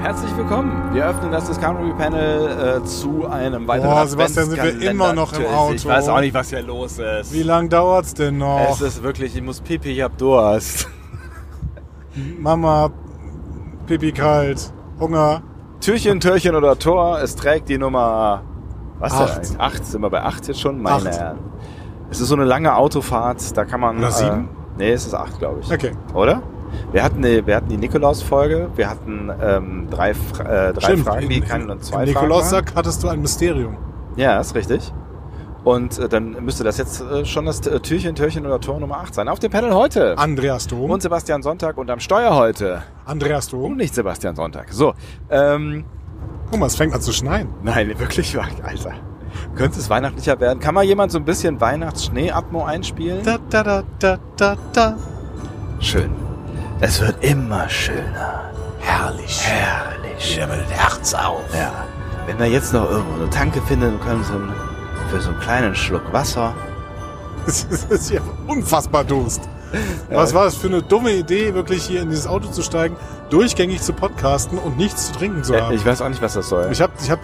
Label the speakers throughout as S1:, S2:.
S1: Herzlich willkommen. Wir öffnen das Discovery Panel äh, zu einem weiteren
S2: Boah, Sebastian, sind wir
S1: Adventskalender.
S2: immer noch im
S1: Natürlich, Ich
S2: Auto.
S1: weiß auch nicht, was hier los ist.
S2: Wie lange dauert's denn noch?
S1: Es ist wirklich, ich muss pipi, ich hab Durst.
S2: Mama, Pipi kalt, Hunger.
S1: Türchen, Türchen oder Tor, es trägt die Nummer... Was denn
S2: Acht.
S1: eigentlich? Acht, sind wir bei acht jetzt schon? Meine
S2: Acht.
S1: Herren. Es ist so eine lange Autofahrt, da kann man...
S2: Oder sieben?
S1: Äh, nee, es ist acht, glaube ich.
S2: Okay.
S1: Oder? Wir hatten die, wir hatten die Nikolaus-Folge, wir hatten ähm, drei, Fra- äh, drei
S2: Stimmt,
S1: Fragen, die
S2: in-
S1: kann und zwei
S2: Im
S1: Fragen waren.
S2: Nikolaussack hattest du ein Mysterium.
S1: Ja, ist richtig. Und äh, dann müsste das jetzt äh, schon das äh, Türchen, Türchen oder Tor Nummer 8 sein. Auf dem Panel heute.
S2: Andreas Dom.
S1: Und Sebastian Sonntag und am Steuer heute.
S2: Andreas
S1: Und
S2: Dom.
S1: nicht Sebastian Sonntag. So, ähm,
S2: Guck mal, es fängt an zu schneien.
S1: nein, wirklich, Alter. Könnte es weihnachtlicher werden? Kann mal jemand so ein bisschen Weihnachtsschnee-Atmo einspielen?
S2: Da, da, da, da, da, da.
S1: Schön. Es wird immer schöner. Herrlich. Herrlich. Wieder mit dem Herz auf. Ja. Wenn wir jetzt noch irgendwo eine Tanke finden können, so einen, für so einen kleinen Schluck Wasser.
S2: Es ist es ist ja unfassbar Durst. Was war das für eine dumme Idee, wirklich hier in dieses Auto zu steigen, durchgängig zu podcasten und nichts zu trinken zu haben?
S1: Ich weiß auch nicht, was das soll.
S2: Ich habe ich hab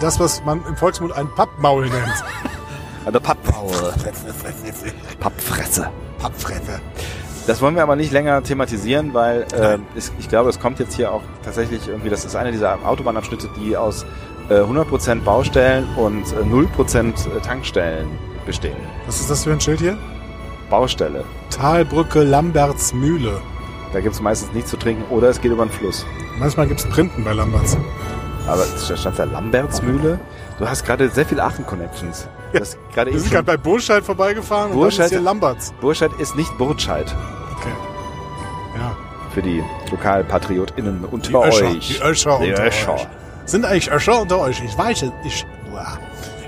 S2: das, was man im Volksmund ein Pappmaul nennt.
S1: Also Pappmaul. Pappfresse.
S2: Pappfresse.
S1: Das wollen wir aber nicht länger thematisieren, weil äh,
S2: Nein.
S1: es, ich glaube, es kommt jetzt hier auch tatsächlich irgendwie, das ist einer dieser Autobahnabschnitte, die aus äh, 100% Baustellen und äh, 0% Tankstellen bestehen.
S2: Was ist das für ein Schild hier?
S1: Baustelle.
S2: Talbrücke Lambertsmühle.
S1: Da gibt es meistens nichts zu trinken oder es geht über den Fluss.
S2: Manchmal gibt's Printen bei Lamberts.
S1: Aber es stand da Lambertsmühle. Du hast gerade sehr viele Aachen-Connections. Du hast gerade
S2: Wir
S1: eben
S2: sind
S1: schon-
S2: gerade bei Burscheid vorbeigefahren und dann
S1: Burscheid-
S2: ist hier Lamberts.
S1: Burscheid ist nicht Burtscheid
S2: Okay. Ja.
S1: für die LokalpatriotInnen unter
S2: Die Öscher.
S1: euch.
S2: Die Öscher
S1: Die
S2: unter
S1: Öscher.
S2: euch. Sind eigentlich Öscher unter euch? Ich weiß es. Ich, uah.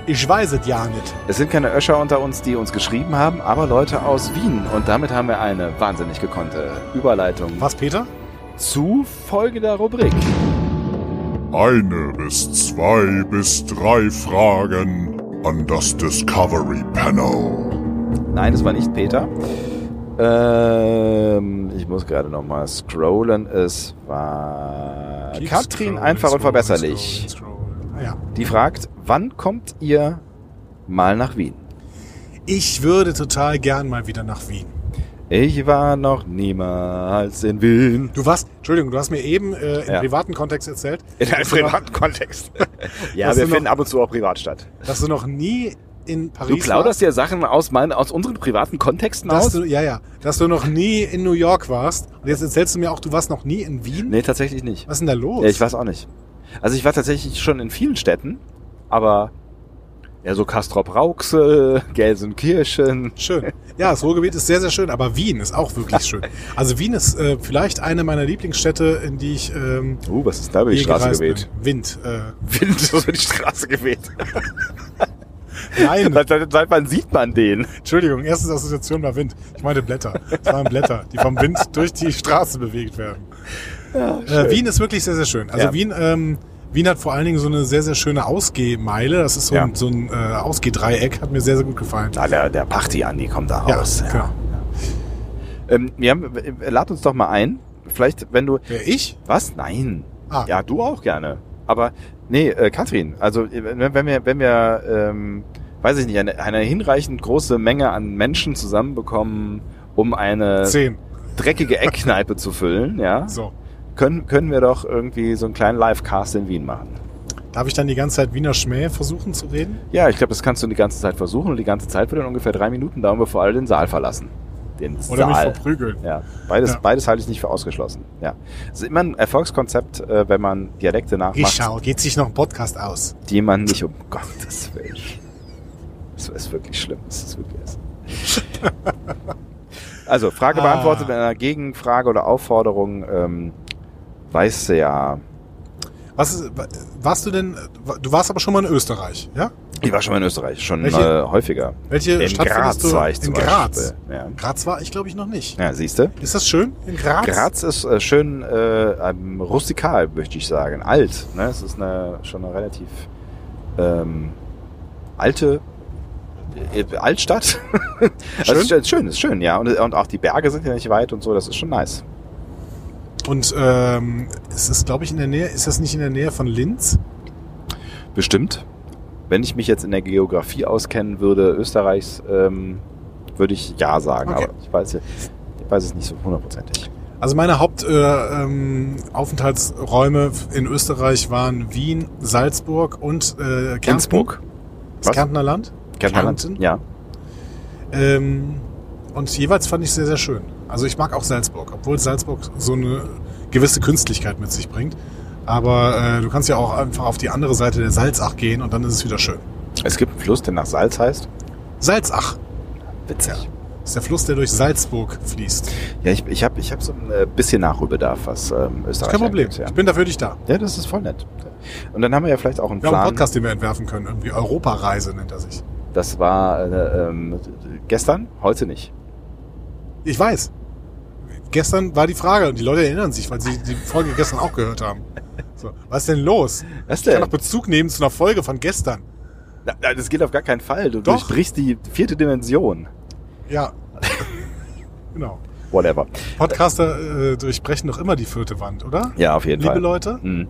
S2: ich weiß es ja nicht.
S1: Es sind keine Öscher unter uns, die uns geschrieben haben, aber Leute aus Wien. Und damit haben wir eine wahnsinnig gekonnte Überleitung
S2: Was, Peter?
S1: zu folgender Rubrik.
S3: Eine bis zwei bis drei Fragen an das Discovery Panel.
S1: Nein, das war nicht Peter. Ähm, ich muss gerade nochmal scrollen. Es war Äh, Katrin, einfach und verbesserlich.
S2: Ah, Ja.
S1: Die fragt, wann kommt ihr mal nach Wien?
S2: Ich würde total gern mal wieder nach Wien.
S1: Ich war noch niemals in Wien.
S2: Du warst, Entschuldigung, du hast mir eben äh, im
S1: Ja.
S2: privaten Kontext erzählt,
S1: In einem privaten Kontext. ja,
S2: Hast
S1: wir
S2: du noch-
S1: finden ab und zu auch privat statt.
S2: dass du noch nie in Paris
S1: Du plauderst dir Sachen aus, meinen, aus unseren privaten Kontexten
S2: warst, dass
S1: aus?
S2: du, ja, ja, dass du noch nie in New York warst. Und jetzt erzählst du mir auch, du warst noch nie in Wien?
S1: Nee, tatsächlich nicht.
S2: Was ist denn da los?
S1: Ja, ich weiß auch nicht. Also ich war tatsächlich schon in vielen Städten, aber ja, so Kastrop-Rauxel, Gelsenkirchen.
S2: Schön. Ja, das Ruhrgebiet ist sehr, sehr schön, aber Wien ist auch wirklich schön. Also Wien ist äh, vielleicht eine meiner Lieblingsstädte, in die ich ähm,
S1: Uh, was ist da über
S2: je
S1: die Straße
S2: gereist
S1: geweht?
S2: bin. Wind. Äh,
S1: Wind ist über die Straße geweht.
S2: nein,
S1: Seit, seit, seit wann sieht man den?
S2: Entschuldigung, erste Assoziation war Wind. Ich meinte Blätter. Es waren Blätter, die vom Wind durch die Straße bewegt werden. äh, Wien ist wirklich sehr, sehr schön. Also
S1: Ja.
S2: Wien, ähm, Wien hat vor allen Dingen so eine sehr, sehr schöne Ausgehmeile. Das ist so
S1: Ja.
S2: ein, so ein äh, Ausgehdreieck, hat mir sehr, sehr gut gefallen.
S1: Na, der, der Party-Andi kommt da raus.
S2: genau.
S1: Ähm, wir haben, äh, lad uns doch mal ein. Vielleicht, wenn du...
S2: Wer, ich?
S1: Was? Nein.
S2: Ah,
S1: Ja, du auch gerne. Aber nee, äh, Katrin, also äh, wenn wenn wir, wenn wir, ähm, weiß ich nicht, eine, eine hinreichend große Menge an Menschen zusammenbekommen, um eine
S2: zehn.
S1: dreckige Eckkneipe zu füllen, ja,
S2: So.
S1: können, können wir doch irgendwie so einen kleinen Live-Cast in Wien machen.
S2: Darf ich dann die ganze Zeit Wiener Schmäh versuchen zu reden?
S1: Ja, ich glaube, das kannst du die ganze Zeit versuchen und die ganze Zeit wird dann ungefähr drei Minuten dauern, bevor alle den Saal verlassen. Den
S2: Oder mich
S1: Saal.
S2: verprügeln?
S1: Ja, beides,
S2: Ja.
S1: beides halte ich nicht für ausgeschlossen. Ja, es ist immer ein Erfolgskonzept, äh, wenn man Dialekte nachmacht.
S2: Ich schau, geht sich noch ein Podcast aus?
S1: die man nicht um Gottes Willen. Das ist wirklich schlimm. Das ist wirklich erst. Also, Frage
S2: Ah.
S1: beantwortet mit einer Gegenfrage oder Aufforderung. Ähm, weißt du ja,
S2: Was ist, warst du denn, du warst aber schon mal in Österreich, ja?
S1: ich war schon mal in Österreich, schon
S2: Welche-
S1: äh, häufiger.
S2: Welche
S1: in
S2: Stadt findest
S1: Graz
S2: du?
S1: war ich
S2: in
S1: zum
S2: Graz.
S1: Beispiel. Ja,
S2: Graz war ich, glaube ich, noch nicht.
S1: ja siehst du?
S2: Ist das schön? In Graz?
S1: Graz ist äh, schön äh, ähm, rustikal, möchte ich sagen. Alt. Ne? Es ist eine, schon eine relativ ähm, alte äh, Altstadt. also es ist schön, ist schön, ja. Und, und auch die Berge sind ja nicht weit und so, das ist schon nice.
S2: Und ähm, es ist, glaube ich, in der Nähe, ist das nicht in der Nähe von Linz?
S1: Bestimmt. Wenn ich mich jetzt in der Geografie auskennen würde, Österreichs, ähm, würde ich ja sagen.
S2: Okay.
S1: Aber ich weiß, ja- ich weiß es nicht so hundertprozentig.
S2: Also meine Hauptaufenthaltsräume äh, ähm, Aufenthaltsräume in Österreich waren Wien, Salzburg und äh, Kärnten.
S1: Innsbruck?
S2: Das
S1: Was?
S2: Kärntner Land.
S1: Kärnten?
S2: Kärnten?
S1: Ja.
S2: Ähm, und jeweils fand ich sehr, sehr schön. Also ich mag auch Salzburg, obwohl Salzburg so eine gewisse Künstlichkeit mit sich bringt. Aber äh, du kannst ja auch einfach auf die andere Seite der Salzach gehen und dann ist es wieder schön.
S1: Es gibt einen Fluss, der nach Salz heißt.
S2: Salzach
S1: Witzig.
S2: ist der Fluss, der durch Salzburg fließt.
S1: Ja, ich, ich habe ich hab so ein äh, bisschen Nachholbedarf, was ähm, Österreich
S2: Kein Problem.
S1: angeht, ja.
S2: Ich bin dafür dich da.
S1: ja, das ist voll nett. Und dann haben wir ja vielleicht auch einen
S2: Wir haben einen
S1: Plan.
S2: Podcast, den wir entwerfen können. Irgendwie Europareise nennt er sich.
S1: das war äh, ähm, gestern, heute nicht.
S2: Ich weiß. Gestern war die Frage und die Leute erinnern sich, weil sie die Folge gestern auch gehört haben. So, was ist denn los?
S1: Was
S2: Ich kann
S1: denn?
S2: doch Bezug nehmen zu einer Folge von gestern.
S1: Na, na, das geht auf gar keinen Fall. Du
S2: Doch.
S1: durchbrichst die vierte Dimension.
S2: Ja. genau.
S1: Whatever.
S2: Podcaster äh, durchbrechen doch immer die vierte Wand, oder?
S1: Ja, auf jeden
S2: Liebe
S1: Fall.
S2: Leute,
S1: Mhm.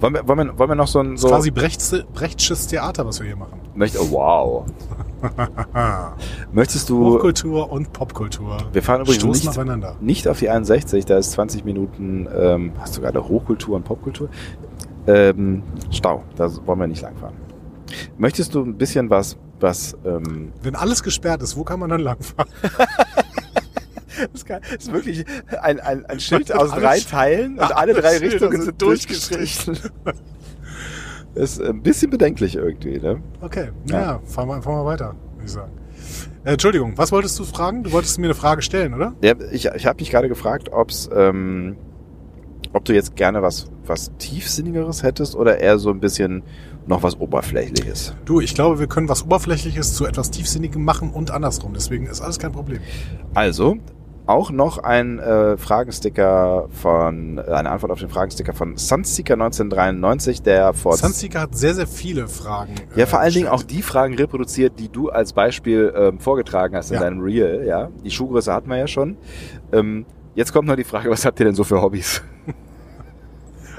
S1: Wollen, wir, wollen, wir, wollen wir noch so ein...
S2: das ist
S1: So
S2: quasi Brechtste, Brechtsches Theater, was wir hier machen.
S1: möcht, oh, wow.
S2: Aha.
S1: Möchtest du...
S2: Hochkultur und Popkultur.
S1: Wir fahren übrigens
S2: Stoßen
S1: nicht,
S2: aufeinander.
S1: nicht auf die 61, da ist 20 Minuten, ähm, hast du gerade Hochkultur und Popkultur? Ähm, Stau, da wollen wir nicht langfahren. Möchtest du ein bisschen was, was, ähm,
S2: Wenn alles gesperrt ist, wo kann man dann langfahren?
S1: das ist wirklich ein, ein, ein Schild
S2: aus drei
S1: Teilen
S2: und alle drei Richtungen sind durchgestrichen.
S1: Das ist ein bisschen bedenklich irgendwie, ne?
S2: Okay,
S1: Ja.
S2: ja, fahren wir einfach mal weiter, würde ich sagen. Äh, Entschuldigung, was wolltest du fragen? Du wolltest mir eine Frage stellen, oder?
S1: Ja, ich ich habe dich gerade gefragt, ob's, ähm, ob du jetzt gerne was, was tiefsinnigeres hättest oder eher so ein bisschen noch was oberflächliches.
S2: Du, ich glaube, wir können was Oberflächliches zu etwas Tiefsinnigem machen und andersrum. Deswegen ist alles kein Problem.
S1: Also, auch noch ein äh, Fragensticker von, äh, eine Antwort auf den Fragensticker von Sunseeker 1993, der vor...
S2: Sanzika hat sehr, sehr viele Fragen.
S1: ja,
S2: äh,
S1: vor allen Dingen auch
S2: gestellt.
S1: die Fragen reproduziert, die du als Beispiel ähm, vorgetragen hast in
S2: Ja.
S1: deinem Reel, ja. Die Schuhgröße hatten wir ja schon. Ähm, jetzt kommt noch die Frage, was habt ihr denn so für Hobbys?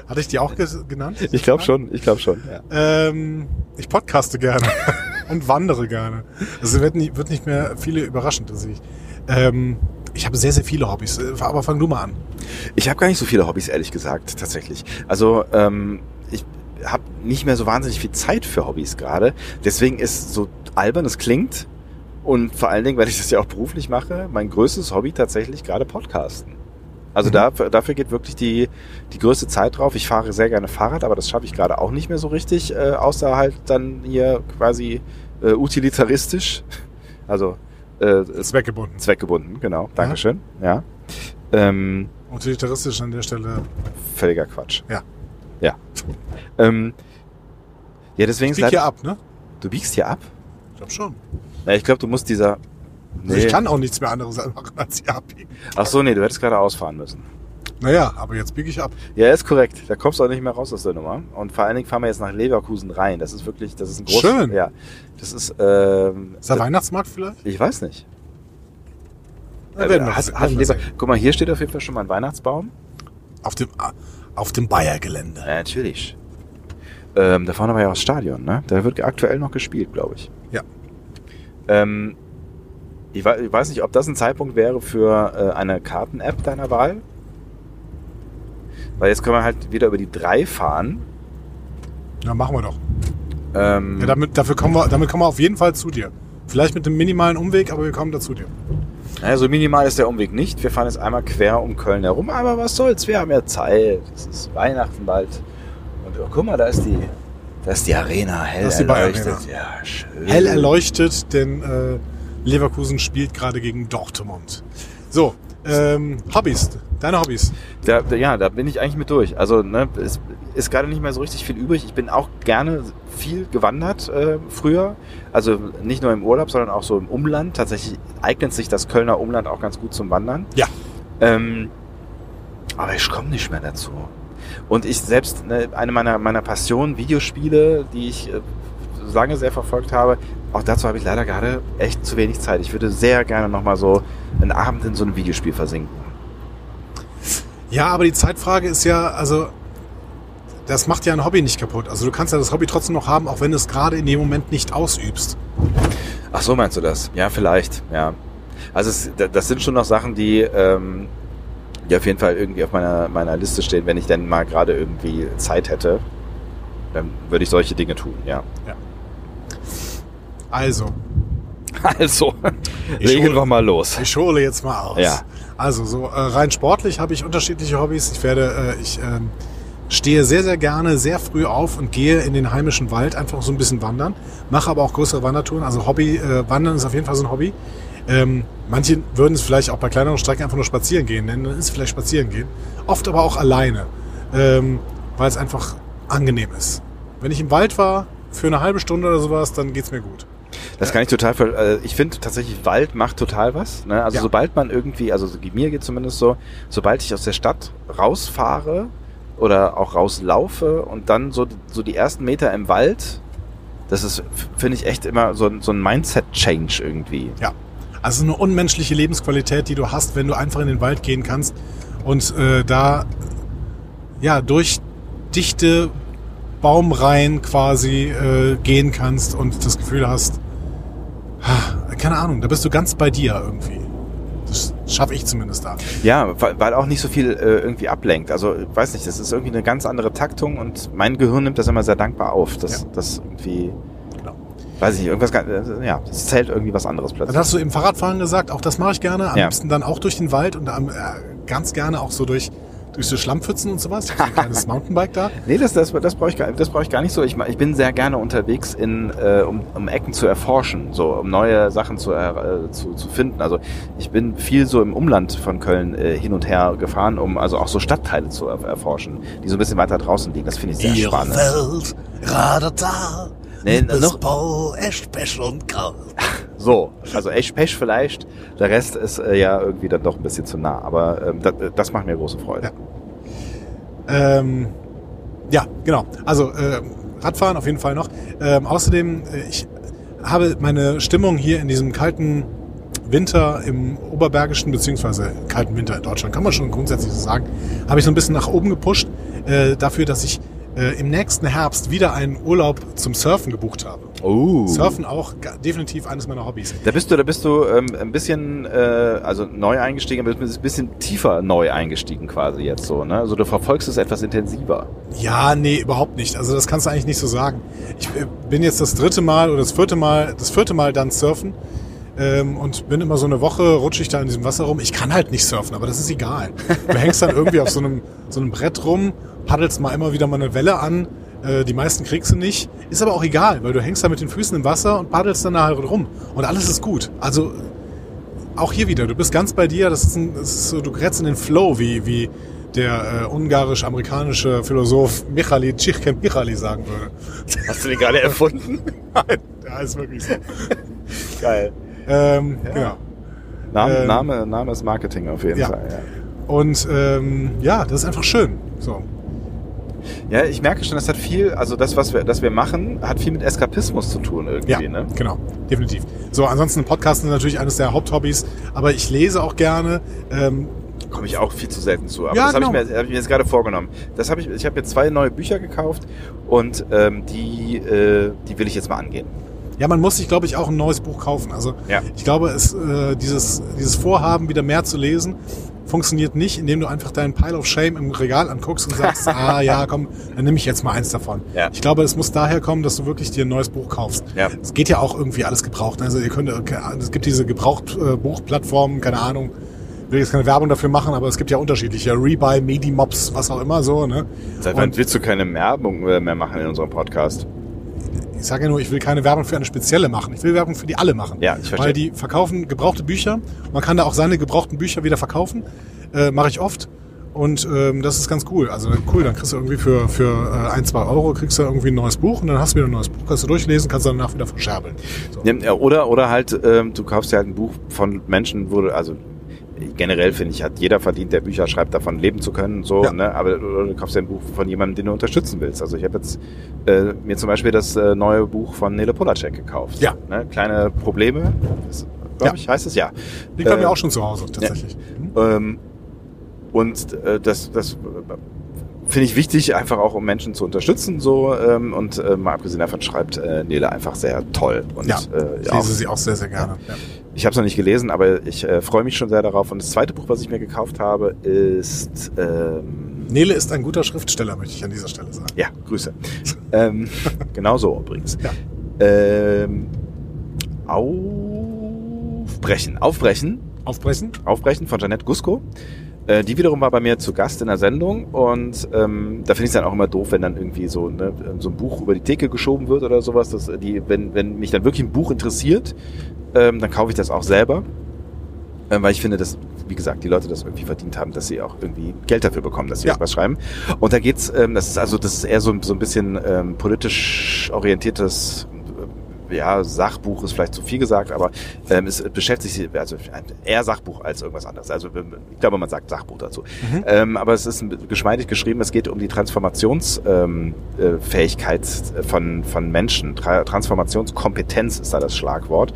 S2: Hatte ich die auch ges- genannt?
S1: Ich glaube schon, ich glaube schon. Ja.
S2: Ähm, ich podcaste gerne und wandere gerne. Also wird nicht, wird nicht mehr viele überraschend, dass ich. Ähm, ich habe sehr, sehr viele Hobbys. Äh, Aber fang du mal an.
S1: Ich habe gar nicht so viele Hobbys, ehrlich gesagt, tatsächlich. Also ähm, ich habe nicht mehr so wahnsinnig viel Zeit für Hobbys gerade. Deswegen ist so albern es klingt und vor allen Dingen, weil ich das ja auch beruflich mache, mein größtes Hobby tatsächlich gerade Podcasten. Also
S2: Mhm.
S1: dafür, dafür geht wirklich die, die größte Zeit drauf. Ich fahre sehr gerne Fahrrad, aber das schaffe ich gerade auch nicht mehr so richtig, äh, außer halt dann hier quasi äh, utilitaristisch. Also äh,
S2: Zweckgebunden.
S1: zweckgebunden, genau. Dankeschön. Ja. Ähm,
S2: Utilitaristisch an der Stelle.
S1: völliger Quatsch.
S2: Ja.
S1: Ja. Ähm, ja, deswegen
S2: Bieg
S1: sag,
S2: hier ab, ne?
S1: du biegst hier ab.
S2: Ich glaube schon.
S1: Na, ich glaube, du musst dieser.
S2: Also ich kann auch nichts mehr anderes machen als hier abbiegen.
S1: Ach so, nee, du hättest gerade ausfahren müssen.
S2: Naja, aber jetzt biege ich ab.
S1: Ja, ist korrekt. Da kommst du auch nicht mehr raus aus der Nummer. Und vor allen Dingen fahren wir jetzt nach Leverkusen rein. Das ist wirklich, das ist ein großes.
S2: Schön.
S1: Ja, das ist. Ähm,
S2: Ist der Weihnachtsmarkt vielleicht?
S1: ich weiß nicht. Äh,
S2: Na, werden wir
S1: hat,
S2: sehen,
S1: hat
S2: werden wir
S1: Lever
S2: sehen.
S1: Guck mal, hier steht auf jeden Fall schon mal ein Weihnachtsbaum.
S2: Auf dem, ah, auf dem Bayer-Gelände.
S1: Ja, natürlich. Ähm, da vorne war ja auch das Stadion, ne? Da wird aktuell noch gespielt, glaube ich.
S2: Ja.
S1: Ähm, ich, wei- ich weiß nicht, ob das ein Zeitpunkt wäre für äh, eine Karten-App deiner Wahl. Weil jetzt können wir halt wieder über die drei fahren.
S2: Na, machen wir doch. Hm.
S1: Ähm,
S2: Ja, damit, dafür kommen wir, damit kommen wir auf jeden Fall zu dir. Vielleicht mit einem minimalen Umweg, aber wir kommen da zu dir.
S1: naja, so minimal ist der Umweg nicht. Wir fahren jetzt einmal quer um Köln herum, aber was soll's, wir haben ja Zeit. Es ist Weihnachten bald. Und oh, guck mal, da ist die, da ist die Arena hell
S2: Da ist die
S1: erleuchtet.
S2: Bayer-Arena.
S1: Ja, schön.
S2: Hell erleuchtet, denn äh, Leverkusen spielt gerade gegen Dortmund. So, Ähm, Hobbys, deine Hobbys.
S1: Da, da, ja, da bin ich eigentlich mit durch. Also ne, es ist gerade nicht mehr so richtig viel übrig. Ich bin auch gerne viel gewandert äh, früher. Also nicht nur im Urlaub, sondern auch so im Umland. Tatsächlich eignet sich das Kölner Umland auch ganz gut zum Wandern.
S2: Ja.
S1: Ähm, aber ich komme nicht mehr dazu. Und ich selbst, ne, eine meiner, meiner Passionen, Videospiele, die ich äh, lange sehr verfolgt habe, auch dazu habe ich leider gerade echt zu wenig Zeit. Ich würde sehr gerne nochmal so einen Abend in so ein Videospiel versinken.
S2: Ja, aber die Zeitfrage ist ja, also das macht ja ein Hobby nicht kaputt. Also du kannst ja das Hobby trotzdem noch haben, auch wenn du es gerade in dem Moment nicht ausübst.
S1: Ach so, meinst du das? Ja, vielleicht, ja. Also es, da- das sind schon noch Sachen, die, ähm, die auf jeden Fall irgendwie auf meiner, meiner Liste stehen, wenn ich denn mal gerade irgendwie Zeit hätte. Dann würde ich solche Dinge tun, ja.
S2: Also,
S1: Also,
S2: Ich
S1: legen
S2: hol-
S1: wir mal los.
S2: Ich hole jetzt mal aus.
S1: Ja.
S2: Also so äh, rein sportlich habe ich unterschiedliche Hobbys. Ich werde, äh, ich ähm, stehe sehr, sehr gerne sehr früh auf und gehe in den heimischen Wald einfach so ein bisschen wandern. Mache aber auch größere Wandertouren. Also Hobby, äh, Wandern ist auf jeden Fall so ein Hobby. Ähm, manche würden es vielleicht auch bei kleineren Strecken einfach nur spazieren gehen nennen. Dann ist es vielleicht spazieren gehen. Oft aber auch alleine, ähm, weil es einfach angenehm ist. Wenn ich im Wald war, für eine halbe Stunde oder sowas, dann geht's mir gut.
S1: Das kann ich total, ver äh, ich finde tatsächlich, Wald macht total was. Ne? Also
S2: Ja.
S1: sobald man irgendwie, also so- mir geht zumindest so, sobald ich aus der Stadt rausfahre oder auch rauslaufe und dann so, so die ersten Meter im Wald, das ist, f- finde ich echt immer so, ein- so ein Mindset-Change irgendwie.
S2: Ja. Also eine unmenschliche Lebensqualität, die du hast, wenn du einfach in den Wald gehen kannst und äh, da ja durch dichte Baumreihen quasi äh, gehen kannst und das Gefühl hast, ah, keine Ahnung, da bist du ganz bei dir irgendwie. Das schaffe ich zumindest da.
S1: Ja, weil weil auch nicht so viel äh, irgendwie ablenkt. Also weiß nicht, das ist irgendwie eine ganz andere Taktung und mein Gehirn nimmt das immer sehr dankbar auf. Das,
S2: Ja.
S1: das irgendwie,
S2: Genau.
S1: weiß ich nicht, irgendwas, ganz- äh, ja, es zählt irgendwie was anderes
S2: Dann
S1: plötzlich.
S2: hast du eben Fahrradfahren gesagt, auch das mache ich gerne. Am
S1: Ja.
S2: liebsten dann auch durch den Wald und am, äh, ganz gerne auch so durch, durch so Schlammpfützen und sowas. Ich hab so ein kleines Mountainbike da.
S1: Nee, das, das, das brauche ich, gar- das brauch ich gar nicht so. Ich, ma- ich bin sehr gerne unterwegs, in, äh, um, um Ecken zu erforschen, so, um neue Sachen zu, er- äh, zu, zu finden. Also ich bin viel so im Umland von Köln äh, hin und her gefahren, um also auch so Stadtteile zu er erforschen, die so ein bisschen weiter draußen liegen. Das finde ich sehr spannend.
S4: Welt, gerade da.
S1: Nee,
S4: bis
S1: noch-
S4: Paul, Eschpech und Kalt.
S1: So, also echt Pech vielleicht. Der Rest ist äh, ja irgendwie dann doch ein bisschen zu nah. Aber ähm, das, das macht mir große Freude.
S2: Ähm, ja, genau. Also ähm, Radfahren auf jeden Fall noch. Ähm, außerdem, äh, ich habe meine Stimmung hier in diesem kalten Winter im Oberbergischen, beziehungsweise kalten Winter in Deutschland, kann man schon grundsätzlich so sagen, habe ich so ein bisschen nach oben gepusht, äh, dafür, dass ich äh, im nächsten Herbst wieder einen Urlaub zum Surfen gebucht habe.
S1: Oh.
S4: Uh.
S2: Surfen auch ga- definitiv eines meiner Hobbys.
S1: Da bist du, da bist du ähm, ein bisschen, äh, also neu eingestiegen, aber du bist ein bisschen tiefer neu eingestiegen quasi jetzt so. Ne? Also du verfolgst es etwas intensiver.
S2: Ja, nee, überhaupt nicht. Also das kannst du eigentlich nicht so sagen. Ich äh, bin jetzt das dritte Mal oder das vierte Mal, das vierte Mal dann surfen ähm, und bin immer so eine Woche rutsche ich da in diesem Wasser rum. Ich kann halt nicht surfen, aber das ist egal. Du hängst dann irgendwie auf so einem so einem Brett rum, paddelst mal immer wieder mal eine Welle an. Äh, die meisten kriegst du nicht. Ist aber auch egal, weil du hängst da mit den Füßen im Wasser und paddelst dann da halt rum und alles ist gut. Also auch hier wieder, du bist ganz bei dir, das ist, ein, das ist so, du gerätst in den Flow, wie, wie der äh, ungarisch-amerikanische Philosoph Michali Csikszentmihalyi Michali sagen würde.
S1: Hast du den gerade erfunden?
S2: Ja, ist wirklich so.
S1: Geil.
S2: Ähm, Genau.
S1: Name,
S2: Ähm.
S1: Name, Name ist Marketing auf jeden
S2: Ja.
S1: Fall. Ja.
S2: Und ähm, ja, das ist einfach schön. So.
S1: ja, ich merke schon, das hat viel, also das, was wir, das wir machen, hat viel mit Eskapismus zu tun
S2: Ja,
S1: irgendwie. Ne?
S2: genau, definitiv. So, ansonsten Podcasten ist natürlich eines der Haupthobbys, aber ich lese auch gerne. Ähm,
S1: komme ich auch viel zu selten zu. Aber
S2: Ja,
S1: das habe
S2: genau.
S1: ich, mir- hab ich mir jetzt gerade vorgenommen. Das habe ich, ich habe mir zwei neue Bücher gekauft und ähm, die, äh, die will ich jetzt mal angehen.
S2: ja, man muss sich, glaube ich, auch ein neues Buch kaufen. Also
S1: Ja.
S2: ich glaube, es, äh, dieses, dieses Vorhaben, wieder mehr zu lesen, funktioniert nicht, indem du einfach deinen Pile of Shame im Regal anguckst und sagst, ah ja, komm, dann nehme ich jetzt mal eins davon.
S1: Ja.
S2: Ich glaube, es muss daher kommen, dass du wirklich dir ein neues Buch kaufst.
S1: Ja.
S2: Es geht ja auch irgendwie alles gebraucht. Also ihr könnt, es gibt diese Gebrauchtbuchplattformen, keine Ahnung. Ich will jetzt keine Werbung dafür machen, aber es gibt ja unterschiedliche. Rebuy, Medimobs, was auch immer so. Ne?
S1: Seit
S2: Und-
S1: wann willst du keine Werbung äh, mehr machen in unserem Podcast?
S2: Ich sage ja nur, ich will keine Werbung für eine spezielle machen. Ich will Werbung für die alle machen.
S1: Ja, ich verstehe.
S2: Weil die verkaufen gebrauchte Bücher. Man kann da auch seine gebrauchten Bücher wieder verkaufen. Äh, Mache ich oft. Und ähm, das ist ganz cool. Also cool, dann kriegst du irgendwie für, für äh, ein, zwei Euro kriegst du irgendwie ein neues Buch und dann hast du wieder ein neues Buch, kannst du durchlesen, kannst du danach wieder verscherbeln. So.
S1: Ja, ja, Oder, oder halt, ähm, du kaufst dir halt ein Buch von Menschen, wo du, also generell finde ich, hat jeder verdient, der Bücher schreibt, davon leben zu können. So,
S2: Ja.
S1: ne? Aber oder du kaufst dir ein Buch von jemandem, den du unterstützen willst. Also ich habe jetzt äh, mir zum Beispiel das äh, neue Buch von Nele Polacek gekauft.
S2: Ja.
S1: Ne? Kleine Probleme,
S2: Ja.
S1: glaube ich, heißt es ja.
S2: Liegt bei
S1: Äh,
S2: mir auch schon zu Hause, tatsächlich. Hm?
S1: Ähm, und äh, das, das äh, finde ich wichtig, einfach auch um Menschen zu unterstützen. So ähm, und äh, mal abgesehen davon schreibt äh, Nele einfach sehr toll. Und
S2: Ja,
S1: äh,
S2: Ich
S1: ja, auch,
S2: lese sie auch sehr, sehr gerne. Ja.
S1: ich habe es noch nicht gelesen, aber ich äh, freue mich schon sehr darauf. Und das zweite Buch, was ich mir gekauft habe, ist ähm,
S2: Nele ist ein guter Schriftsteller, möchte ich an dieser Stelle sagen.
S1: ja Grüße. ähm, genau so übrigens.
S2: Ja.
S1: Ähm, aufbrechen, aufbrechen.
S2: Aufbrechen?
S1: Aufbrechen von Jeanette Gusko. Äh, Die wiederum war bei mir zu Gast in der Sendung und ähm, da finde ich es dann auch immer doof, wenn dann irgendwie so, ne, so ein Buch über die Theke geschoben wird oder sowas. Dass die, wenn, wenn mich dann wirklich ein Buch interessiert, ähm, dann kaufe ich das auch selber. Ähm, weil ich finde, dass, wie gesagt, die Leute das irgendwie verdient haben, dass sie auch irgendwie Geld dafür bekommen, dass sie
S2: Ja.
S1: irgendwas schreiben. Und da geht's, ähm, das ist also, das ist eher so, ein- so ein bisschen ähm, politisch orientiertes äh, ja, Sachbuch ist vielleicht zu viel gesagt, aber ähm, es beschäftigt sich, also eher Sachbuch als irgendwas anderes. Also ich glaube, man sagt Sachbuch dazu. Ähm, aber es ist geschmeidig geschrieben, es geht um die Transformationsfähigkeit ähm, äh, Fähigkeit von, von Menschen. Tra Transformationskompetenz ist da das Schlagwort.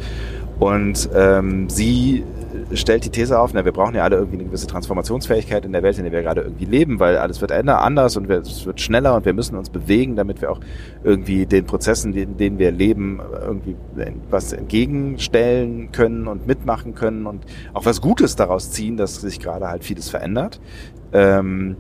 S1: Und ähm, sie stellt die These auf, na, wir brauchen ja alle irgendwie eine gewisse Transformationsfähigkeit in der Welt, in der wir gerade irgendwie leben, weil alles wird änder- anders und wir, es wird schneller und wir müssen uns bewegen, damit wir auch irgendwie den Prozessen, in denen wir leben, irgendwie was entgegenstellen können und mitmachen können und auch was Gutes daraus ziehen, dass sich gerade halt vieles verändert. Ähm,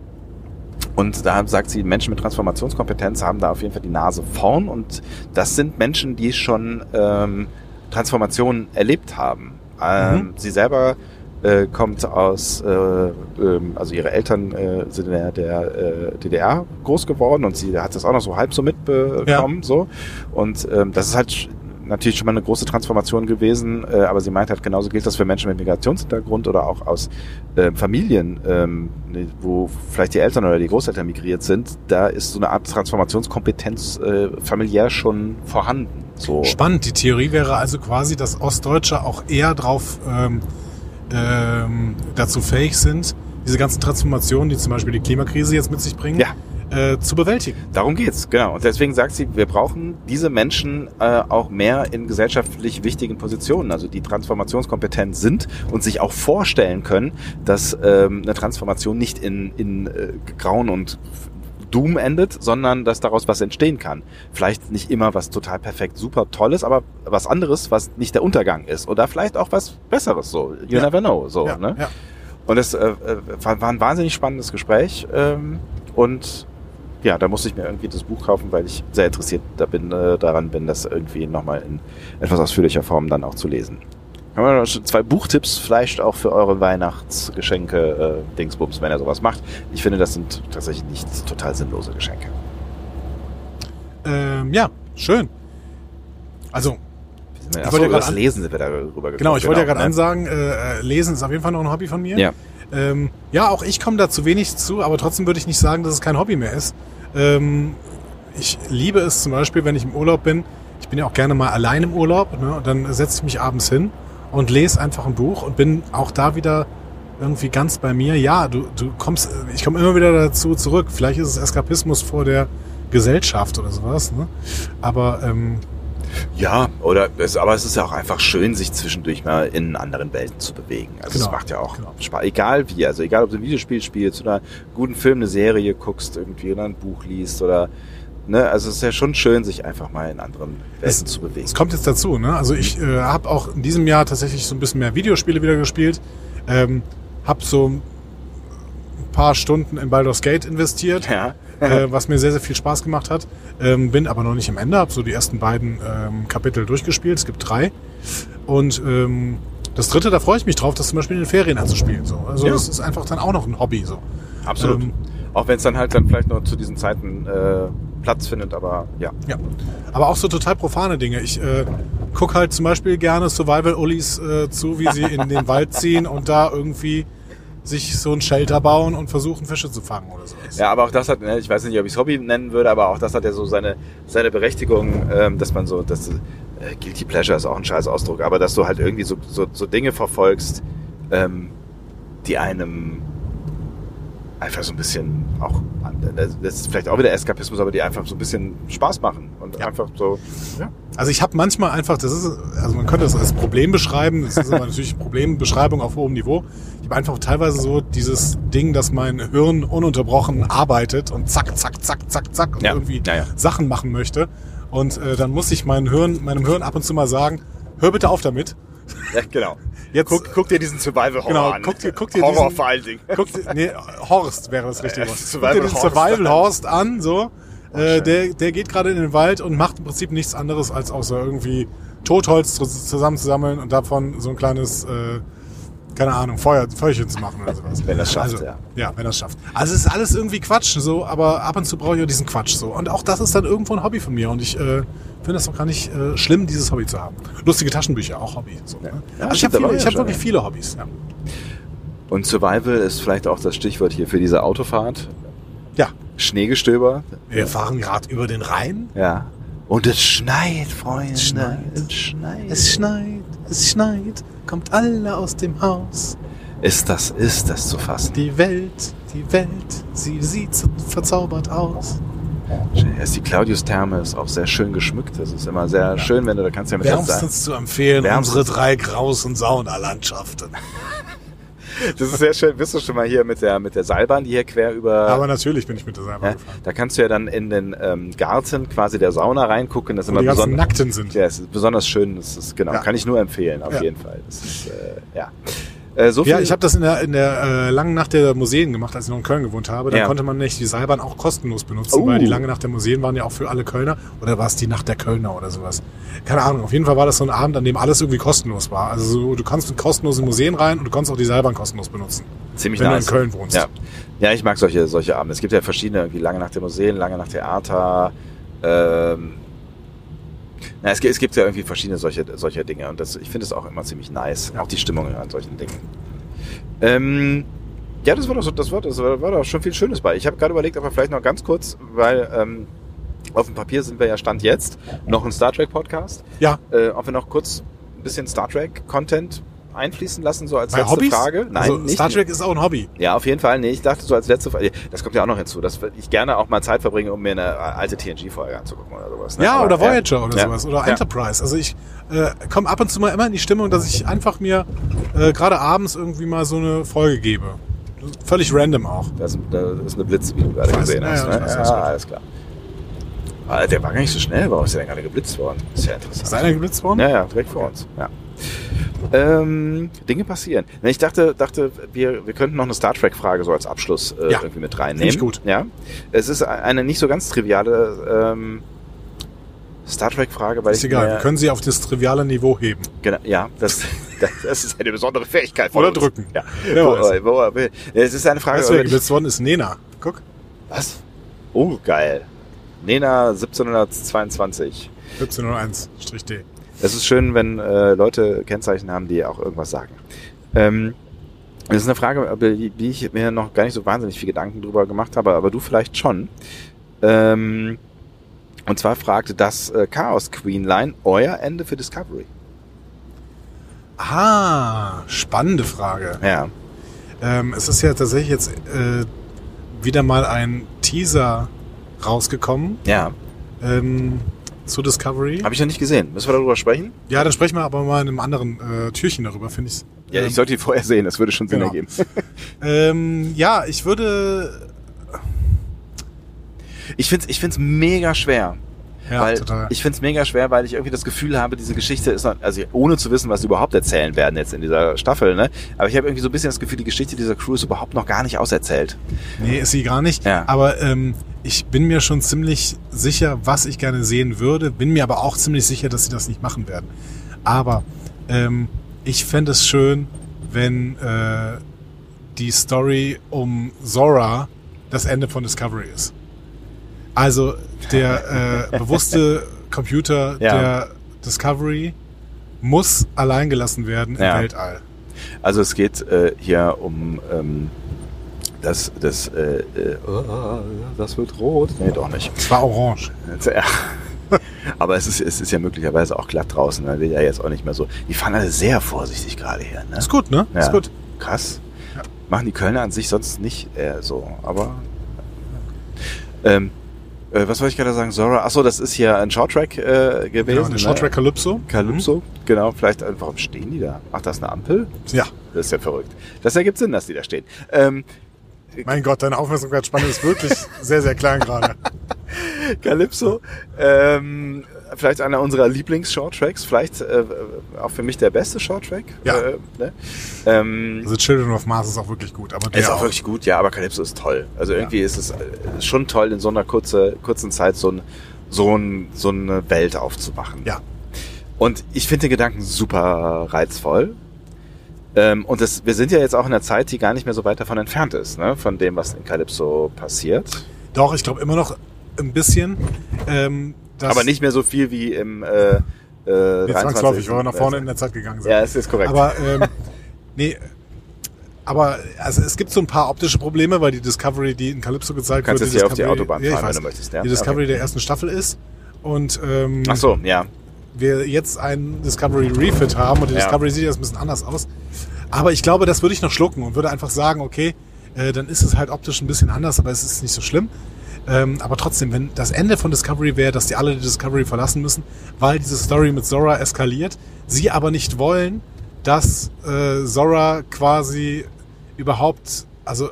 S1: und da sagt sie, Menschen mit Transformationskompetenz haben da auf jeden Fall die Nase vorn. Und das sind Menschen, die schon ähm, Transformationen erlebt haben. Ähm, Sie selber äh, kommt aus, äh, ähm, also ihre Eltern äh, sind in der, der äh, DDR groß geworden und sie hat das auch noch so halb so mitbekommen. So. Und ähm, das ist halt sch- natürlich schon mal eine große Transformation gewesen, äh, aber sie meint halt, genauso gilt das für Menschen mit Migrationshintergrund oder auch aus ähm, Familien, ähm, ne, wo vielleicht die Eltern oder die Großeltern migriert sind, da ist so eine Art Transformationskompetenz äh, familiär schon vorhanden. So.
S2: Spannend. Die Theorie wäre also quasi, dass Ostdeutsche auch eher drauf ähm, ähm, dazu fähig sind, diese ganzen Transformationen, die zum Beispiel die Klimakrise jetzt mit sich bringen,
S1: Ja.
S2: äh, zu bewältigen.
S1: Darum geht's, genau. Und deswegen sagt sie, wir brauchen diese Menschen äh, auch mehr in gesellschaftlich wichtigen Positionen, also die transformationskompetent sind und sich auch vorstellen können, dass ähm, eine Transformation nicht in, in äh, Grauen und Doom endet, sondern dass daraus was entstehen kann. Vielleicht nicht immer was total perfekt, super tolles, aber was anderes, was nicht der Untergang ist. Oder vielleicht auch was Besseres so. You
S2: Ja.
S1: never know. So,
S2: ja,
S1: ne?
S2: ja.
S1: Und das äh, äh, war, war ein wahnsinnig spannendes Gespräch. Ähm, und ja, da musste ich mir irgendwie das Buch kaufen, weil ich sehr interessiert da bin, äh, daran bin, das irgendwie nochmal in etwas ausführlicher Form dann auch zu lesen. Haben wir noch schon zwei Buchtipps vielleicht auch für eure Weihnachtsgeschenke, äh, Dingsbums, wenn ihr sowas macht. Ich finde, das sind tatsächlich nicht total sinnlose Geschenke.
S2: Ähm, ja, schön. Also,
S1: Achso,
S2: wollte ja
S1: über
S2: gerade
S1: das
S2: an-
S1: Lesen sind wir darüber gekommen.
S2: genau, ich wollte ja gerade
S1: ne?
S2: ansagen, äh, äh, Lesen ist auf jeden Fall noch ein Hobby von mir.
S1: Ja.
S2: Ähm, ja, auch ich komme da zu wenig zu, aber trotzdem würde ich nicht sagen, dass es kein Hobby mehr ist. Ähm, ich liebe es zum Beispiel, wenn ich im Urlaub bin. Ich bin ja auch gerne mal allein im Urlaub. Ne? Und dann setze ich mich abends hin und lese einfach ein Buch und bin auch da wieder irgendwie ganz bei mir. Ja, du, du kommst, äh, ich komme immer wieder dazu zurück. Vielleicht ist es Eskapismus vor der Gesellschaft oder sowas. Ne? Aber ähm,
S1: Ja, oder es, aber es ist ja auch einfach schön, sich zwischendurch mal in anderen Welten zu bewegen. Also es
S2: Genau,
S1: macht ja auch
S2: genau.
S1: Spaß. Egal wie, also egal ob du ein Videospiel spielst oder einen guten Film, eine Serie guckst irgendwie oder ein Buch liest oder ne, also es ist ja schon schön, sich einfach mal in anderen Welten
S2: Es-
S1: zu bewegen.
S2: Es kommt jetzt dazu, ne? Also ich äh, habe auch in diesem Jahr tatsächlich so ein bisschen mehr Videospiele wieder gespielt. Ähm, hab so ein paar Stunden in Baldur's Gate investiert,
S1: ja.
S2: äh, was mir sehr, sehr viel Spaß gemacht hat. Ähm, bin aber noch nicht am Ende, habe so die ersten beiden ähm, Kapitel durchgespielt. Es gibt drei. Und ähm, das dritte, da freue ich mich drauf, das zum Beispiel in den Ferien anzuspielen. So. Also
S1: Ja.
S2: das ist einfach dann auch noch ein Hobby. So.
S1: Absolut.
S2: Ähm,
S1: Auch wenn es dann halt dann vielleicht noch zu diesen Zeiten äh, Platz findet, aber ja.
S2: Ja. Aber auch so total profane Dinge. Ich äh, guck halt zum Beispiel gerne Survival-Ullis äh, zu, wie sie in den Wald ziehen und da irgendwie sich so ein Shelter bauen und versuchen, Fische zu fangen oder sowas.
S1: Ja, aber auch das hat, ne, ich weiß nicht, ob ich es Hobby nennen würde, aber auch das hat ja so seine, seine Berechtigung, ähm, dass man so, dass, äh, Guilty Pleasure ist auch ein scheiß Ausdruck, aber dass du halt irgendwie so, so, so Dinge verfolgst, ähm, die einem einfach so ein bisschen auch, das ist vielleicht auch wieder Eskapismus, aber die einfach so ein bisschen Spaß machen und einfach so,
S2: Also ich habe manchmal einfach, das ist, also man könnte das als Problem beschreiben, das ist aber natürlich Problembeschreibung auf hohem Niveau. Ich habe einfach teilweise so dieses Ding, dass mein Hirn ununterbrochen arbeitet und zack, zack, zack, zack, zack und
S1: Ja,
S2: irgendwie
S1: ja, ja.
S2: Sachen machen möchte. Und äh, dann muss ich meinem Hirn, meinem Hirn ab und zu mal sagen, hör bitte auf damit.
S1: ja, genau.
S2: Jetzt-
S1: guck, guck dir diesen Survival-Horror
S2: Genau,
S1: an.
S2: guck dir- guck dir
S1: Horror
S2: diesen-
S1: vor allen Dingen.
S2: Guck, dir- nee, Horst wäre das richtige
S1: Äh,
S2: Wort.
S1: Survival
S2: Guck dir den
S1: Horst an.
S2: Survival
S1: Oh,
S2: Horst an, so. äh,
S1: schön.
S2: der, der geht gerade in den Wald und macht im Prinzip nichts anderes, als außer irgendwie Totholz zu- zusammenzusammeln und davon so ein kleines, äh, keine Ahnung, Feuer, Feuerchen zu machen oder sowas.
S1: Wenn er's schafft,
S2: also,
S1: ja.
S2: Ja, wenn er schafft. Also es ist alles irgendwie Quatsch, so, aber ab und zu brauche ich auch diesen Quatsch so. Und auch das ist dann irgendwo ein Hobby von mir und ich äh, finde das auch gar nicht äh, schlimm, dieses Hobby zu haben. Lustige Taschenbücher, auch Hobby. So, ne?
S1: Ja,
S2: also ich
S1: stimmt, da
S2: habe
S1: war
S2: viele-
S1: ja
S2: ich hab
S1: schon,
S2: wirklich
S1: ja.
S2: viele Hobbys. Ja.
S1: Und Survival ist vielleicht auch das Stichwort hier für diese Autofahrt.
S2: ja.
S1: Schneegestöber,
S2: Wir fahren gerade über den Rhein.
S1: ja. Und es schneit, Freunde. Es
S2: schneit.
S1: Es schneit.
S2: Es schneit, es schneit, kommt alle aus dem Haus.
S1: ist das, ist das zu fassen.
S2: Die Welt, die Welt, sie sieht so verzaubert aus.
S1: Erst die Claudius-Therme ist auch sehr schön geschmückt. Das ist immer sehr schön, wenn du da kannst ja mit Headset-
S2: Wärmstens zu empfehlen,
S1: Wärmstens. Äh.
S2: unsere drei grausen Saunalandschaften.
S1: Das ist sehr schön. Bist du schon mal hier mit der, mit der Seilbahn, die hier quer über.
S2: Aber natürlich bin ich mit der Seilbahn
S1: ja,
S2: gefahren.
S1: da kannst du ja dann in den ähm, Garten quasi der Sauna reingucken. Das ist
S2: Wo
S1: immer
S2: die ganzen
S1: besonders.
S2: Nackten sind.
S1: Ja, es ist besonders schön. Das ist, genau,
S2: Ja.
S1: kann ich nur empfehlen, auf
S2: Ja.
S1: jeden Fall. Das ist, äh, ja. Äh, so viel,
S2: Ja, ich habe das in der, in der äh, langen Nacht der Museen gemacht, als ich noch in Köln gewohnt habe. Da
S1: Ja.
S2: konnte man nicht die Seilbahn auch kostenlos benutzen,
S1: Oh.
S2: weil die lange Nacht der Museen waren ja auch für alle Kölner. Oder war es die Nacht der Kölner oder sowas? Keine Ahnung. Auf jeden Fall war das so ein Abend, an dem alles irgendwie kostenlos war. Also so, du kannst in kostenlose Museen rein und du kannst auch die Seilbahn kostenlos benutzen.
S1: ziemlich
S2: wenn du
S1: nice.
S2: in Köln wohnst.
S1: Ja. ja, ich mag solche, solche Abende. Es gibt ja verschiedene, irgendwie lange nach dem Museen, lange nach Theater. Ähm, na, es, gibt- es gibt ja irgendwie verschiedene solche, solche Dinge und das, ich finde es auch immer ziemlich nice, auch die Stimmung an solchen Dingen. Ähm, ja, das war doch so, das war, das war, war doch schon viel Schönes bei. Ich habe gerade überlegt, aber vielleicht noch ganz kurz, weil ähm, auf dem Papier sind wir ja Stand jetzt noch ein Star Trek Podcast.
S2: Ja.
S1: Äh, ob wir noch kurz ein bisschen Star Trek Content einfließen lassen, so als
S2: Bei
S1: letzte
S2: Hobbys?
S1: Frage. Nein,
S2: also,
S1: nicht,
S2: Star Trek ist auch ein Hobby.
S1: ja, auf jeden Fall. Nee, ich dachte so als letzte Frage, das kommt ja auch noch hinzu, dass ich gerne auch mal Zeit verbringe, um mir eine alte TNG-Folge anzugucken oder sowas. ne?
S2: Ja,
S1: Aber,
S2: oder Voyager oder
S1: ja.
S2: sowas. Oder
S1: ja.
S2: Enterprise. Also ich äh, komme ab und zu mal immer in die Stimmung, dass ich einfach mir äh, gerade abends irgendwie mal so eine Folge gebe. Völlig random auch.
S1: Das, das ist eine Blitze, wie du gerade
S2: Ich weiß,
S1: gesehen
S2: ja,
S1: hast.
S2: ja,
S1: Ne?
S2: ich weiß,
S1: Ja,
S2: alles gut.
S1: alles klar. Ah, der war gar nicht so schnell. Warum ist der denn gerade geblitzt worden? Ist ja interessant.
S2: Ist einer geblitzt worden?
S1: Ja, ja, direkt vor uns. Ja. Ähm, Dinge passieren. Ne, Ich dachte, dachte wir, wir könnten noch eine Star Trek-Frage so als Abschluss äh,
S2: Ja.
S1: irgendwie mit reinnehmen.
S2: Finde ich gut.
S1: Ja. Es ist eine nicht so ganz triviale ähm, Star Trek-Frage, weil
S2: Ist
S1: ich
S2: egal,
S1: mir-
S2: wir können sie auf das triviale Niveau heben.
S1: Genau, ja, das, das ist eine besondere Fähigkeit von
S2: Oder
S1: uns.
S2: drücken.
S1: Ja.
S2: Wer
S1: Wo,
S2: weiß.
S1: wo er will. Es ist eine Frage.
S2: Weißt du, wer
S1: über die-
S2: geblitzt worden ist? Nena. Guck,
S1: was? Oh, geil. Nena 1722.
S2: 1701-D.
S1: Es ist schön, wenn äh, Leute Kennzeichen haben, die auch irgendwas sagen. Ähm, das ist eine Frage, über die die ich mir noch gar nicht so wahnsinnig viel Gedanken drüber gemacht habe, aber du vielleicht schon. Ähm, und zwar fragte das äh, Chaos Queenline euer Ende für Discovery.
S2: Ah, spannende Frage.
S1: Ja.
S2: Ähm, es ist ja tatsächlich jetzt äh, wieder mal ein Teaser rausgekommen
S1: Ja.
S2: ähm, zu Discovery.
S1: Habe ich noch nicht gesehen. Müssen wir darüber sprechen?
S2: Ja, dann sprechen wir aber mal in einem anderen äh, Türchen darüber, finde ich.
S1: Ja, ich sollte die Ähm, vorher sehen, das würde schon Sinn
S2: Genau.
S1: ergeben.
S2: Ähm, ja, ich würde.
S1: Ich find's, ich find's mega schwer.
S2: Ja,
S1: weil
S2: total.
S1: Ich find's mega schwer, weil ich irgendwie das Gefühl habe, diese Geschichte ist noch, also ohne zu wissen, was sie überhaupt erzählen werden jetzt in dieser Staffel, ne? Aber ich habe irgendwie so ein bisschen das Gefühl, die Geschichte dieser Crew ist überhaupt noch gar nicht auserzählt.
S2: nee, ist sie gar nicht.
S1: Ja.
S2: Aber ähm, ich bin mir schon ziemlich sicher, was ich gerne sehen würde. Bin mir aber auch ziemlich sicher, dass sie das nicht machen werden. Aber ähm, ich fände es schön, wenn äh, die Story um Zora das Ende von Discovery ist. Also der äh, bewusste Computer
S1: Ja.
S2: der Discovery muss allein gelassen werden im
S1: Ja.
S2: Weltall.
S1: Also es geht äh, hier um ähm, das, das, äh, äh, das wird rot. Nee, doch nicht.
S2: Es war orange.
S1: Ja. Aber es ist, es ist ja möglicherweise auch glatt draußen. Da will ja jetzt auch nicht mehr so. Die fahren alle sehr vorsichtig gerade hier. Ne?
S2: Ist gut, ne?
S1: Ja.
S2: Ist gut.
S1: Krass.
S2: Ja.
S1: Machen die Kölner an sich sonst nicht äh, so. Aber. Ähm, äh, was wollte ich gerade sagen? Zora. Achso, das ist hier ein Shorttrack äh,
S2: Genau,
S1: gewesen.
S2: der Shorttrack Mhm. Calypso.
S1: Ne? Calypso. Genau, vielleicht. äh, Warum stehen die da? Ach, das ist eine Ampel?
S2: Mhm. Ja.
S1: Das ist ja verrückt. Das ergibt Sinn, dass die da stehen. Ähm,
S2: Mein Gott, deine Aufmerksamkeitsspanne ist wirklich sehr, sehr klein gerade.
S1: Calypso, ähm, vielleicht einer unserer Lieblings-Shorttracks, vielleicht äh, auch für mich der beste Shorttrack.
S2: Ja.
S1: Äh, ne? ähm,
S2: Also Children of Mars ist auch wirklich gut, aber der
S1: ist auch
S2: auch.
S1: wirklich gut, ja, aber Calypso ist toll. Also irgendwie ist es äh, schon toll, in so einer kurze, kurzen Zeit so, ein, so, ein, so eine Welt aufzumachen.
S2: Ja.
S1: Und ich finde den Gedanken super reizvoll. Ähm, und das, wir sind ja jetzt auch in einer Zeit, die gar nicht mehr so weit davon entfernt ist, ne? von dem, was in Calypso passiert.
S2: Doch, ich glaube immer noch ein bisschen. Ähm, dass
S1: aber nicht mehr so viel wie im äh, äh,
S2: jetzt zwangsläufig,
S1: 23..
S2: weil wir nach vorne in der Zeit gegangen sind.
S1: Ja, es ist korrekt.
S2: Aber ähm, nee, aber also es gibt so ein paar optische Probleme, weil die Discovery, die in Calypso gezeigt
S1: Kannst
S2: wird,
S1: jetzt hier auf die
S2: Discovery-
S1: Autobahn
S2: ja, ich
S1: fahren, wenn
S2: weiß,
S1: du möchtest, ja.
S2: die Discovery der ersten Staffel ist und ähm,
S1: Ach so, ja.
S2: wir jetzt einen Discovery Refit haben und der
S1: Ja.
S2: Discovery sieht jetzt ein bisschen anders aus. Aber ich glaube, das würde ich noch schlucken und würde einfach sagen, okay, äh, dann ist es halt optisch ein bisschen anders, aber es ist nicht so schlimm. Ähm, aber trotzdem, wenn das Ende von Discovery wäre, dass die alle die Discovery verlassen müssen, weil diese Story mit Zora eskaliert, sie aber nicht wollen, dass äh, Zora quasi überhaupt, also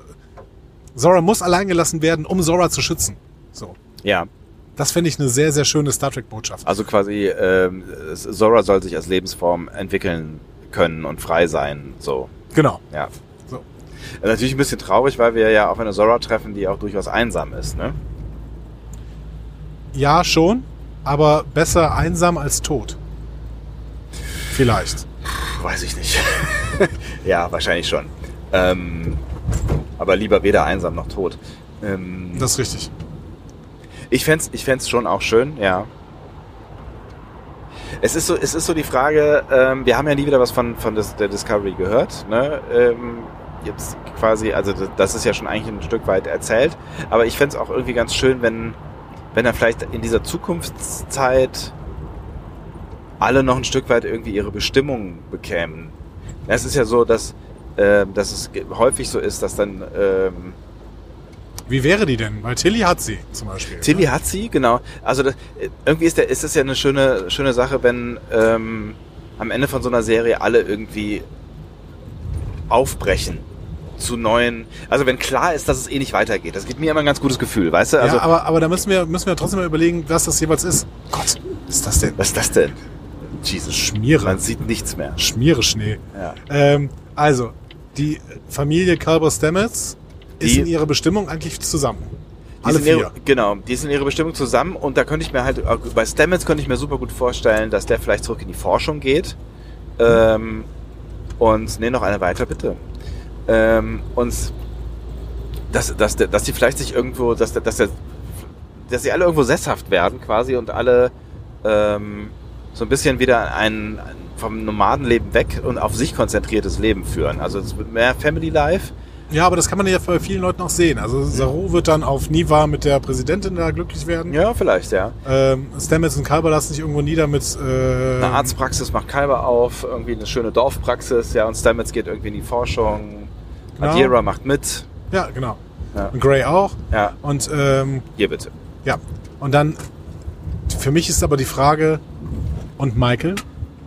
S2: Zora muss allein gelassen werden, um Zora zu schützen. So,
S1: Ja,
S2: das fände ich eine sehr, sehr schöne Star Trek Botschaft.
S1: also quasi ähm, Zora soll sich als Lebensform entwickeln können und frei sein, so,
S2: Genau.
S1: ja.
S2: So.
S1: Äh, Natürlich ein bisschen traurig, weil wir ja auf eine Zora treffen, die auch durchaus einsam ist, ne?
S2: Ja, schon, aber besser einsam als tot. Vielleicht.
S1: Weiß ich nicht. ja, wahrscheinlich schon. Ähm, aber lieber weder einsam noch tot. Ähm,
S2: Das ist richtig.
S1: Ich fänd's, ich fänd's schon auch schön, ja. Es ist so, es ist so die Frage, ähm, wir haben ja nie wieder was von, von des, der Discovery gehört, ne? Ähm, jetzt quasi, also d- das ist ja schon eigentlich ein Stück weit erzählt, aber ich fänd's auch irgendwie ganz schön, wenn, wenn dann vielleicht in dieser Zukunftszeit alle noch ein Stück weit irgendwie ihre Bestimmung bekämen. Es ist ja so, dass, ähm, dass es ge- häufig so ist, dass dann ähm,
S2: Wie wäre die denn? Weil Tilly hat sie zum Beispiel. ne?
S1: Tilly hat sie, genau. Also das, irgendwie ist, der, ist das ja eine schöne, schöne Sache, wenn ähm, am Ende von so einer Serie alle irgendwie aufbrechen zu neuen. Also wenn klar ist, dass es eh nicht weitergeht. Das gibt mir immer ein ganz gutes Gefühl, weißt du? Also,
S2: ja, aber, aber da müssen wir, müssen wir trotzdem mal überlegen, was das jeweils ist. Gott, ist das denn?
S1: was ist das denn? Jesus.
S2: Schmiere.
S1: Man sieht nichts mehr.
S2: Schmiere Schnee.
S1: Ja.
S2: Ähm, also, die Familie Calber Stamets ist
S1: Die-
S2: in ihrer Bestimmung eigentlich zusammen.
S1: Die
S2: Alle
S1: sind
S2: vier.
S1: Ihre, genau, die sind in ihrer Bestimmung zusammen und da könnte ich mir halt, bei Stamets könnte ich mir super gut vorstellen, dass der vielleicht zurück in die Forschung geht. Ähm, und, nee, noch eine weiter, bitte. Ähm, und dass, dass, der- dass die vielleicht sich irgendwo, dass, der- dass, der, dass sie alle irgendwo sesshaft werden quasi und alle ähm, so ein bisschen wieder ein, ein vom Nomadenleben weg und auf sich konzentriertes Leben führen. Also es wird mehr Family Life.
S2: Ja, aber das kann man ja bei vielen Leuten auch sehen. Also, Saru wird dann auf Niva mit der Präsidentin da glücklich werden.
S1: Ja, vielleicht, ja.
S2: Ähm, Stamets und Calber lassen sich irgendwo nieder mit... Äh,
S1: Eine Arztpraxis macht Kalber auf, irgendwie eine schöne Dorfpraxis, ja, und Stamets geht irgendwie in die Forschung.
S2: Genau.
S1: Adira macht mit.
S2: Ja, genau.
S1: Ja.
S2: Und Gray auch.
S1: Ja,
S2: Und ähm,
S1: hier bitte.
S2: ja, und dann für mich ist aber die Frage und Michael.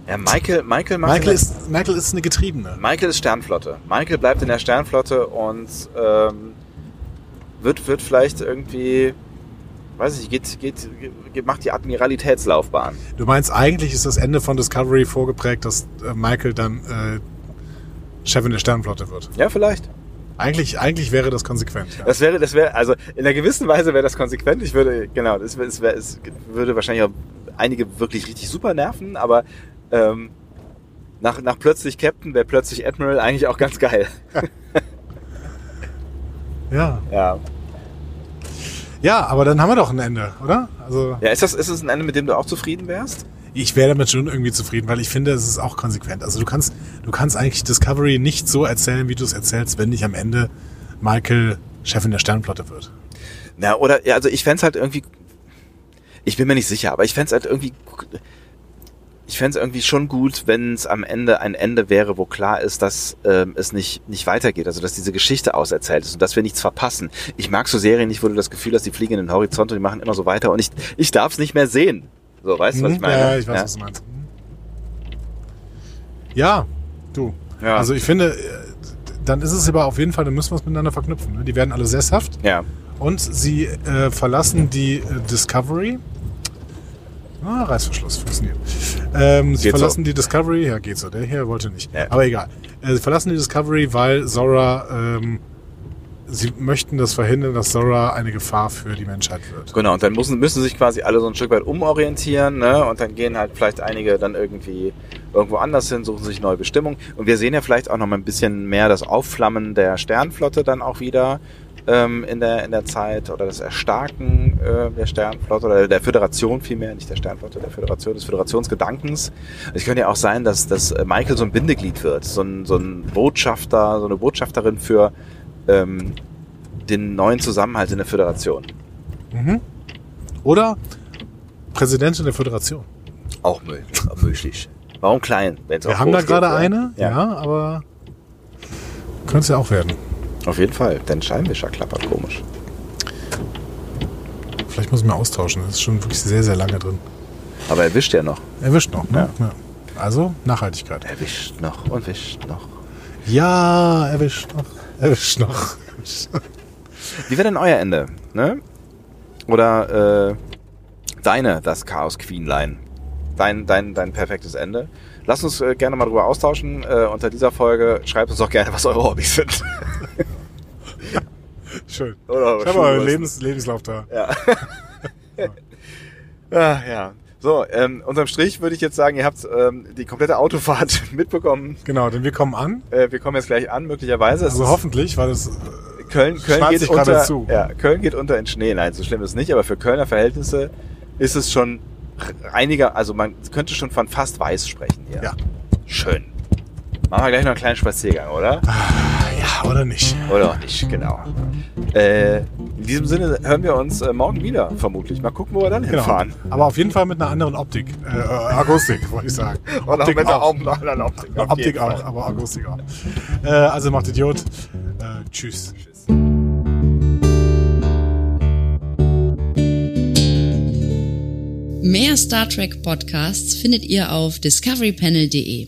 S1: Ja, Michael, Michael macht
S2: Michael ist Michael ist eine Getriebene.
S1: Michael ist Sternflotte. Michael bleibt in der Sternflotte und ähm, wird, wird vielleicht irgendwie, weiß ich, geht, geht, geht, macht die Admiralitätslaufbahn.
S2: Du meinst eigentlich ist das Ende von Discovery vorgeprägt, dass äh, Michael dann äh, Chefin der Sternenflotte wird.
S1: Ja, vielleicht.
S2: Eigentlich eigentlich wäre das konsequent. Ja.
S1: Das wäre, das wäre, also in einer gewissen Weise wäre das konsequent. Ich würde, genau, das wär, es, wär, es würde wahrscheinlich auch einige wirklich richtig super nerven, aber ähm, nach, nach plötzlich Captain wäre plötzlich Admiral eigentlich auch ganz geil.
S2: ja.
S1: Ja.
S2: Ja, aber dann haben wir doch ein Ende, oder? Also
S1: Ja, ist das, ist das ein Ende, mit dem du auch zufrieden wärst?
S2: ich wäre damit schon irgendwie zufrieden, weil ich finde, es ist auch konsequent. Also du kannst, du kannst eigentlich Discovery nicht so erzählen, wie du es erzählst, wenn nicht am Ende Michael Chefin der Sternplatte wird.
S1: Na, oder, ja, also ich fänd's halt irgendwie, ich bin mir nicht sicher, aber ich fänd's halt irgendwie, ich fänd's irgendwie schon gut, wenn es am Ende ein Ende wäre, wo klar ist, dass ähm, es nicht, nicht weitergeht, also dass diese Geschichte auserzählt ist und dass wir nichts verpassen. Ich mag so Serien nicht, wo du das Gefühl hast, die fliegen in den Horizont und die machen immer so weiter und ich, ich darf's nicht mehr sehen. So, weißt du, was ich meine?
S2: Hm? Ja, ich weiß, was du meinst. Mhm. Ja, du.
S1: Ja.
S2: Also ich finde, äh, dann ist es aber auf jeden Fall, dann müssen wir es miteinander verknüpfen. Ne? Die werden alle sesshaft
S1: ja.
S2: und sie äh, verlassen die äh, Discovery. Ah, Reißverschluss funktioniert. Ähm, sie
S1: Geht so.
S2: verlassen die Discovery. Ja, geht so. Der hier wollte nicht.
S1: Ja.
S2: Aber egal. Äh, sie verlassen die Discovery, weil Zora. Ähm, sie möchten das verhindern, dass Zora eine Gefahr für die Menschheit wird.
S1: Genau, und dann müssen, müssen sich quasi alle so ein Stück weit umorientieren, ne? Und dann gehen halt vielleicht einige dann irgendwie irgendwo anders hin, suchen sich neue Bestimmung. Und wir sehen ja vielleicht auch noch mal ein bisschen mehr das Aufflammen der Sternflotte dann auch wieder ähm, in, der, in der Zeit oder das Erstarken äh, der Sternflotte oder der Föderation vielmehr, nicht der Sternflotte, der Föderation, des Föderationsgedankens. Also Es könnte ja auch sein, dass, dass äh, Michael so ein Bindeglied wird, so ein, so ein Botschafter, so eine Botschafterin für ähm, den neuen Zusammenhalt in der Föderation.
S2: Oder Präsidentin der Föderation.
S1: Auch möglich. möglich. Warum klein? Wenn's
S2: Wir
S1: auch
S2: haben
S1: groß
S2: da gerade
S1: geht, oder?
S2: eine, ja, aber könnte es ja auch werden.
S1: Auf jeden Fall. Dein Scheinwischer klappert komisch.
S2: Vielleicht muss ich mal austauschen. Das ist schon wirklich sehr, sehr lange drin.
S1: Aber er wischt ja noch.
S2: Erwischt noch, ne? Ja. Also Nachhaltigkeit.
S1: Er wischt noch und wischt noch.
S2: Ja, erwischt noch. Erwischt noch. erwischt noch.
S1: Wie wäre denn euer Ende? Ne? Oder äh, deine, das Chaos Queenline. Dein, dein, dein perfektes Ende. Lass uns äh, gerne mal drüber austauschen. Äh, unter dieser Folge schreibt uns doch gerne, was eure Hobbys sind.
S2: Schön.
S1: Oder
S2: ich habe
S1: Schuhe
S2: euren
S1: waschen.
S2: Lebens Lebenslauf da.
S1: Ah, ja. So, ähm, unterm Strich würde ich jetzt sagen, ihr habt ähm, die komplette Autofahrt mitbekommen.
S2: Genau, denn wir kommen an.
S1: Äh, wir kommen jetzt gleich an, möglicherweise. Es
S2: Also
S1: ist-
S2: hoffentlich, weil das. äh,
S1: Köln, Köln
S2: Schwarz
S1: geht
S2: sich gerade
S1: unter,
S2: zu.
S1: Ja, Köln geht unter in Schnee. Nein, so schlimm ist es nicht, aber für Kölner Verhältnisse ist es schon einiger, also man könnte schon von fast weiß sprechen hier.
S2: Ja.
S1: Schön. Machen wir gleich noch einen kleinen Spaziergang, oder?
S2: Ja, oder nicht?
S1: Oder auch nicht, genau. Äh, in diesem Sinne hören wir uns äh, morgen wieder, vermutlich. Mal gucken, wo wir
S2: Genau.
S1: dann hinfahren.
S2: Aber auf jeden Fall mit einer anderen Optik. Äh, äh, Akustik, wollte ich sagen.
S1: Und auch
S2: Optik
S1: mit der
S2: auch.
S1: Augen- anderen Optik. auf
S2: Optik
S1: jeden Fall.
S2: auch, aber Akustik auch. Äh, also macht Idiot. Äh, tschüss.
S5: Mehr Star Trek Podcasts findet ihr auf discoverypanel.de.